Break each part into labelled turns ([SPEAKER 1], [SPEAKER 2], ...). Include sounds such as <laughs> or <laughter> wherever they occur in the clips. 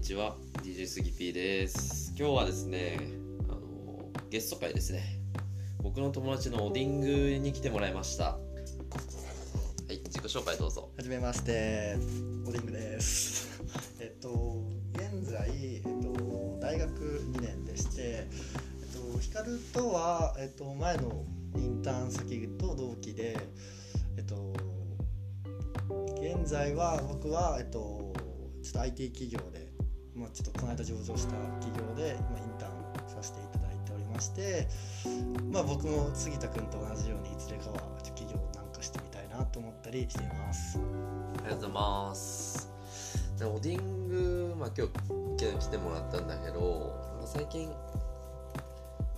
[SPEAKER 1] ちは DJ 杉 P です今日はですねあのゲスト会ですね僕の友達のオディングに来てもらいましたはい自己紹介どうぞ
[SPEAKER 2] はじめまして、オディングです。 <laughs> えっと、現在、えっと、大学2年でして、えっと、ヒカルとは、えっと、前のインターン先と同期で、えっと、現在は僕は、えっと、ちょっと IT 企業で、まあ、ちょっとこの間上場した企業で、まあ、インターンさせていただいておりまして、まあ、僕も杉田君と同じようにいずれかはちょっと企業なんかしてみたいなと思ったりしています。
[SPEAKER 1] ありがとうございますでオディング、まあ、今日来てもらったんだけどなんか最近なん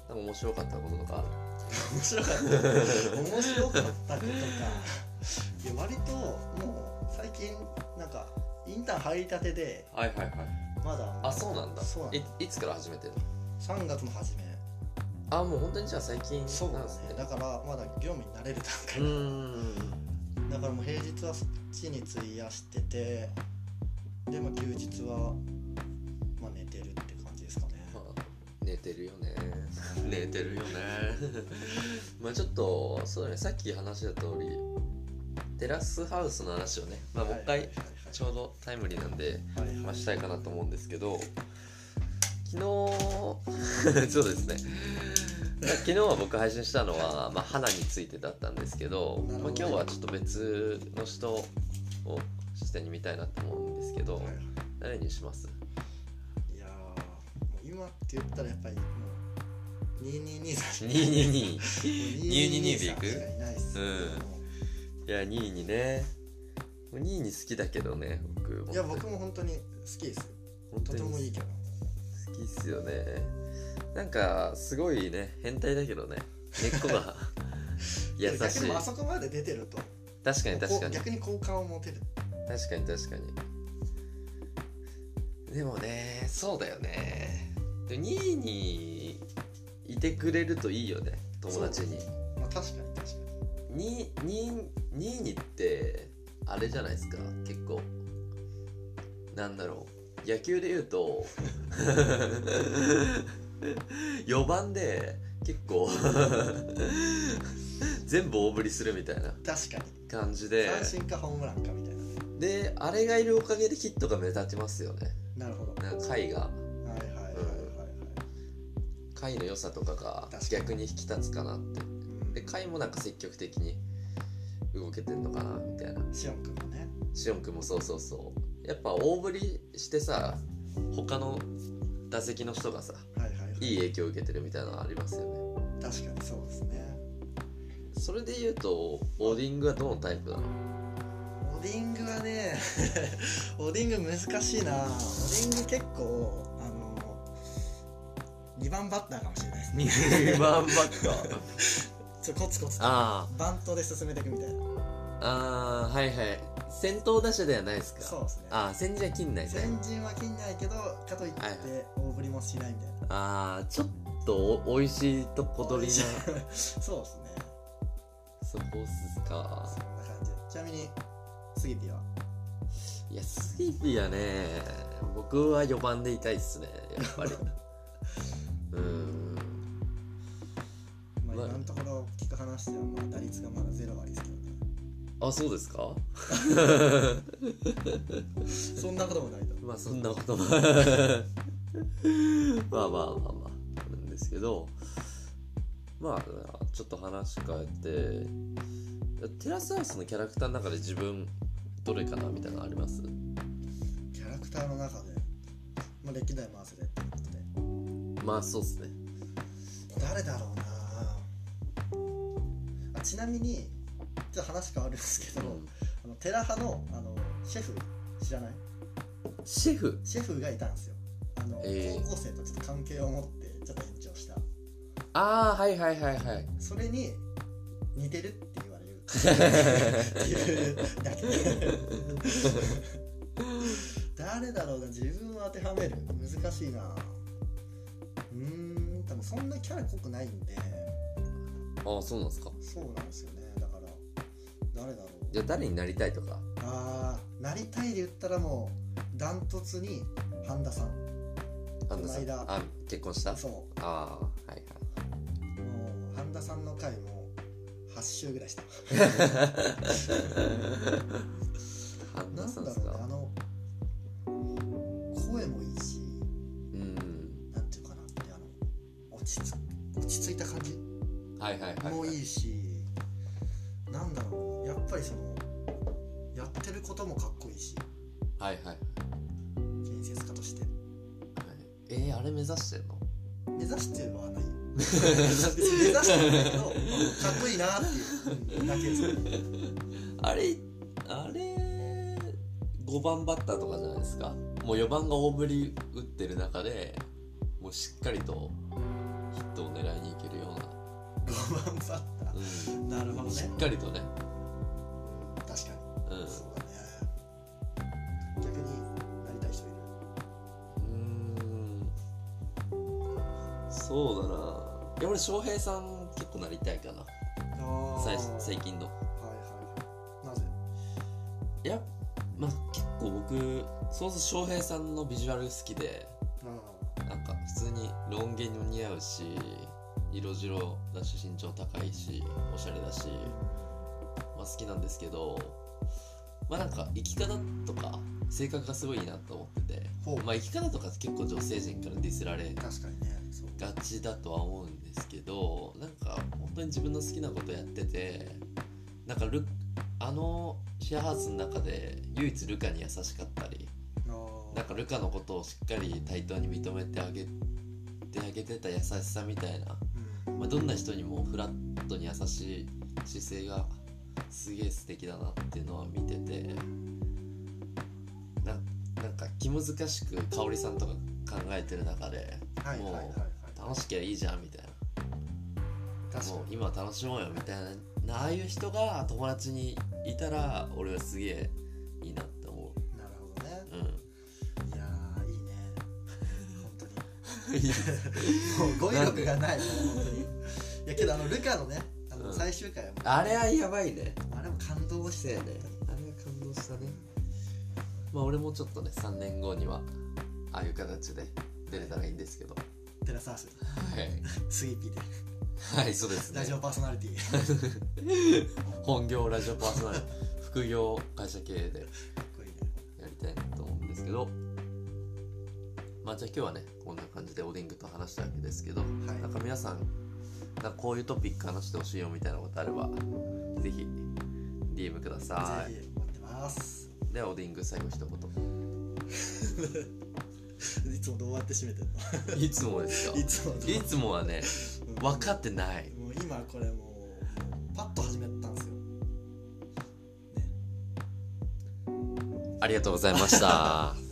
[SPEAKER 1] か面白かったこととかある
[SPEAKER 2] 面白かった面白かったことかいや割ともう最近なんかインターン入りたてで
[SPEAKER 1] はいはいはい
[SPEAKER 2] まだ
[SPEAKER 1] あそうなんだ
[SPEAKER 2] そうなんだ
[SPEAKER 1] いいつから始めてるの
[SPEAKER 2] 3月の初め
[SPEAKER 1] あもう本当にじゃあ最近
[SPEAKER 2] そう
[SPEAKER 1] なん
[SPEAKER 2] で
[SPEAKER 1] ですす
[SPEAKER 2] ね
[SPEAKER 1] ね
[SPEAKER 2] だからまだ業務に慣れる
[SPEAKER 1] う
[SPEAKER 2] 段階、
[SPEAKER 1] ーん
[SPEAKER 2] だからもう平日はそっちに費やしててでまあ休日はまあ寝てるって感じですかね
[SPEAKER 1] まあ寝てるよ
[SPEAKER 2] <laughs>
[SPEAKER 1] ね寝てるよね <laughs> まあちょっとそうだねさっき話した通りテラスハウスの話をね、まあ、もう一
[SPEAKER 2] は
[SPEAKER 1] 回
[SPEAKER 2] い
[SPEAKER 1] ちょうどタイムリーなんで、
[SPEAKER 2] はいはいはい
[SPEAKER 1] まあ、したいかなと思うんですけど昨日 <laughs> そうですねまあ昨日は僕配信したのは、まあ、花についてだったんですけど
[SPEAKER 2] なる
[SPEAKER 1] まあ
[SPEAKER 2] ほ、ど
[SPEAKER 1] 今日はちょっと別の人を視点に見たいなと思うんですけど、
[SPEAKER 2] はいはい
[SPEAKER 1] 誰にします <laughs>
[SPEAKER 2] いやーもう今って言ったらやっぱりもう
[SPEAKER 1] 222
[SPEAKER 2] 2223 222
[SPEAKER 1] で行く
[SPEAKER 2] しかいないっすね
[SPEAKER 1] いや2位にね2位に好きだけどね僕
[SPEAKER 2] いや
[SPEAKER 1] 本
[SPEAKER 2] 僕も本当に好きです
[SPEAKER 1] 当
[SPEAKER 2] と
[SPEAKER 1] に
[SPEAKER 2] てもいい
[SPEAKER 1] 好
[SPEAKER 2] キャラ
[SPEAKER 1] きっすよねなんかすごいね変態だけどね根っこ
[SPEAKER 2] <laughs>
[SPEAKER 1] が優しい
[SPEAKER 2] 逆にあ
[SPEAKER 1] 確
[SPEAKER 2] そこまで出てると
[SPEAKER 1] かに確かに
[SPEAKER 2] 逆に好感を持てる
[SPEAKER 1] 確かに確かにでもねそうだよねで2位にいてくれるといいよね友達に
[SPEAKER 2] まあ確かに確か
[SPEAKER 1] 2位にってあれじゃないですか結構なんだろう野球で言うと <laughs> 4番で結構 <laughs> 全部大振りするみたいな
[SPEAKER 2] に確か
[SPEAKER 1] 感じ
[SPEAKER 2] に
[SPEAKER 1] で
[SPEAKER 2] 三振かホームランかみたいなね
[SPEAKER 1] であれがいるおかげでヒットが目立ちますよね
[SPEAKER 2] なるほどは
[SPEAKER 1] なんか回が
[SPEAKER 2] いはいはいはいはい
[SPEAKER 1] 回の良さとかが
[SPEAKER 2] 確かに
[SPEAKER 1] 逆に引き立つかなって
[SPEAKER 2] うん
[SPEAKER 1] で回もなんか積極的に動けてんのかなみたいな
[SPEAKER 2] シオン君もね
[SPEAKER 1] しおんくんもそうそうそうやっぱ大振りしてさ他の打席の人がさ
[SPEAKER 2] はいはいはい
[SPEAKER 1] い影響を受けてるみたいなのありますよね
[SPEAKER 2] 確かにそうですね
[SPEAKER 1] それで言うとオーディングはどのタイプなの
[SPEAKER 2] オディングはね <laughs> オディング難しいなオディング結構あの2番バッターかもしれないですね
[SPEAKER 1] 2番バッター
[SPEAKER 2] <laughs> ちょコツコツと
[SPEAKER 1] <laughs> あ
[SPEAKER 2] バントで進めていくみたいな
[SPEAKER 1] あああはいはい先頭打者ではないですか
[SPEAKER 2] そうですね
[SPEAKER 1] ああ先陣は切んないタイプ
[SPEAKER 2] 先陣は切んないけどかといって
[SPEAKER 1] はい
[SPEAKER 2] 大振りもしないみたいな
[SPEAKER 1] ああちょっとお美味しいとこ取りな
[SPEAKER 2] そうですね <laughs> そん
[SPEAKER 1] そこっすか
[SPEAKER 2] な感じちなみに杉ピはい
[SPEAKER 1] やスイーピーはね僕は4番でいたいっすねやっぱ <laughs> りうん
[SPEAKER 2] まあ
[SPEAKER 1] まあ
[SPEAKER 2] 今のところ聞く話ではまあ打率がまだゼロ割ですけどね
[SPEAKER 1] あそうですか
[SPEAKER 2] そんなこともないと
[SPEAKER 1] まあそんなことも <laughs> まあまあまあまああるんですけどまあちょっと話変えてテラスハウスのキャラクターの中で自分どれかなみたいなのあります
[SPEAKER 2] キャラクターの中で、まあ、歴代回せでってことで
[SPEAKER 1] まあそうっすね
[SPEAKER 2] 誰だろうなあちなみにちょっと話変わるんですけ
[SPEAKER 1] う
[SPEAKER 2] ど、
[SPEAKER 1] ん
[SPEAKER 2] あのテラ派のあのシェフ知らない
[SPEAKER 1] シェフ
[SPEAKER 2] シェフがいたんですよあの、
[SPEAKER 1] えー
[SPEAKER 2] 高校生とちょっと関係を持ってちょっと延長した
[SPEAKER 1] ああはいはいはいはい
[SPEAKER 2] それに似てるって言わ
[SPEAKER 1] <laughs>
[SPEAKER 2] れるっていうだけ誰だろうな自分を当てはめる難しいなうーん多分そんなキャラ濃くないんで
[SPEAKER 1] ああそうなんですか
[SPEAKER 2] そうなんですよねだから誰だろう
[SPEAKER 1] じゃあ誰になりたいとか
[SPEAKER 2] あーなりたいで言ったらもうダントツにパンダさん
[SPEAKER 1] 半田さん
[SPEAKER 2] この間
[SPEAKER 1] あ結婚した
[SPEAKER 2] そう
[SPEAKER 1] ああはい
[SPEAKER 2] もう半田さんの回も8週ぐらいした
[SPEAKER 1] はい半
[SPEAKER 2] な
[SPEAKER 1] 田
[SPEAKER 2] ん
[SPEAKER 1] さ
[SPEAKER 2] だ
[SPEAKER 1] んで
[SPEAKER 2] ろ
[SPEAKER 1] す
[SPEAKER 2] うね
[SPEAKER 1] か
[SPEAKER 2] あの声もいいし
[SPEAKER 1] うん
[SPEAKER 2] なんていうかなであの落ち着落ち着いた感じ
[SPEAKER 1] はいはいはいはい
[SPEAKER 2] もいいし、なんだろうやっぱりそのやってることもかっこいいし
[SPEAKER 1] はいはいはい
[SPEAKER 2] 建設家として
[SPEAKER 1] えー、あれ目指してんの
[SPEAKER 2] 目指しては <laughs> ない別に目指してはない <laughs> けどかっこいいなっていうだけですね
[SPEAKER 1] あれあれ5番バッターとかじゃないですかもう4番が大振り打ってる中でもうしっかりとヒットを狙いにいけるような、
[SPEAKER 2] 5番バッタ
[SPEAKER 1] う
[SPEAKER 2] ーなるほど
[SPEAKER 1] ん、し
[SPEAKER 2] ね
[SPEAKER 1] っかりとね、
[SPEAKER 2] 確か
[SPEAKER 1] う
[SPEAKER 2] に、
[SPEAKER 1] ん、
[SPEAKER 2] そうだね逆になりたい人いる
[SPEAKER 1] うーんそうだないや俺翔平さん結構なりたいかな
[SPEAKER 2] あ
[SPEAKER 1] 最最近の
[SPEAKER 2] はいはいはいなぜ
[SPEAKER 1] いやまあ結構僕そもそも翔平さんのビジュアル好きで
[SPEAKER 2] あ
[SPEAKER 1] なんか普通にロン毛にも似合うし色白だし身長高いしおしゃれだし、まあ、好きなんですけどまあなんか生き方とか性格がすごいいいなと思ってて
[SPEAKER 2] ほう
[SPEAKER 1] まあ生き方とか結構女性陣からディスられ
[SPEAKER 2] 確かにねそう
[SPEAKER 1] がちだとは思うんですけどなんか本当に自分の好きなことやっててなんかルあのシェアハウスの中で唯一ルカに優しかったり
[SPEAKER 2] あ
[SPEAKER 1] なんかルカのことをしっかり対等に認めてあげてあげてた優しさみたいな、
[SPEAKER 2] うん
[SPEAKER 1] まあ、どんな人にもフラットに優しい姿勢がすげえ素敵だなっていうのは見ててななんか気難しく香織さんとか考えてる中で
[SPEAKER 2] はいはいはいはい
[SPEAKER 1] もう楽しきゃいいじゃんみたいな
[SPEAKER 2] 確か
[SPEAKER 1] もう
[SPEAKER 2] に
[SPEAKER 1] 今楽しもうよみたいなああいう人が友達にいたら俺はすげえいいなって思
[SPEAKER 2] なるほどね
[SPEAKER 1] うう
[SPEAKER 2] <laughs>
[SPEAKER 1] ん
[SPEAKER 2] いやーいいね本当に
[SPEAKER 1] いい
[SPEAKER 2] もう語彙力がないもう本当にいやけどあのルカのねあ
[SPEAKER 1] う
[SPEAKER 2] の
[SPEAKER 1] ん
[SPEAKER 2] 最終回はもう
[SPEAKER 1] あれはやばいね
[SPEAKER 2] あれも感動して
[SPEAKER 1] よあれは感動したねまあ俺もちょっとね3年後にはああいう形で出れたらいいんですけどは
[SPEAKER 2] テラサース
[SPEAKER 1] い
[SPEAKER 2] スイーピーで
[SPEAKER 1] はいそうですね
[SPEAKER 2] ラジオパーソナリティ
[SPEAKER 1] 本業ラジオパーソナリティ副業会社経営で
[SPEAKER 2] かっこいいね
[SPEAKER 1] やりたいなと思うんですけどまあじゃあ今日はねこんな感じでおディングと話したわけですけど、
[SPEAKER 2] い
[SPEAKER 1] なんか皆さんなんかこういうトピック話してほしいよみたいなことあればぜひ DM ください
[SPEAKER 2] ぜひ待ってます
[SPEAKER 1] ではおディング最後一言
[SPEAKER 2] いつもどうやって締めてるの
[SPEAKER 1] いつもですよ。
[SPEAKER 2] いつもどう
[SPEAKER 1] いつもはね、
[SPEAKER 2] うん
[SPEAKER 1] 分かってない。
[SPEAKER 2] もう今これもうもうパッと始めたんですよね
[SPEAKER 1] ありがとうございました。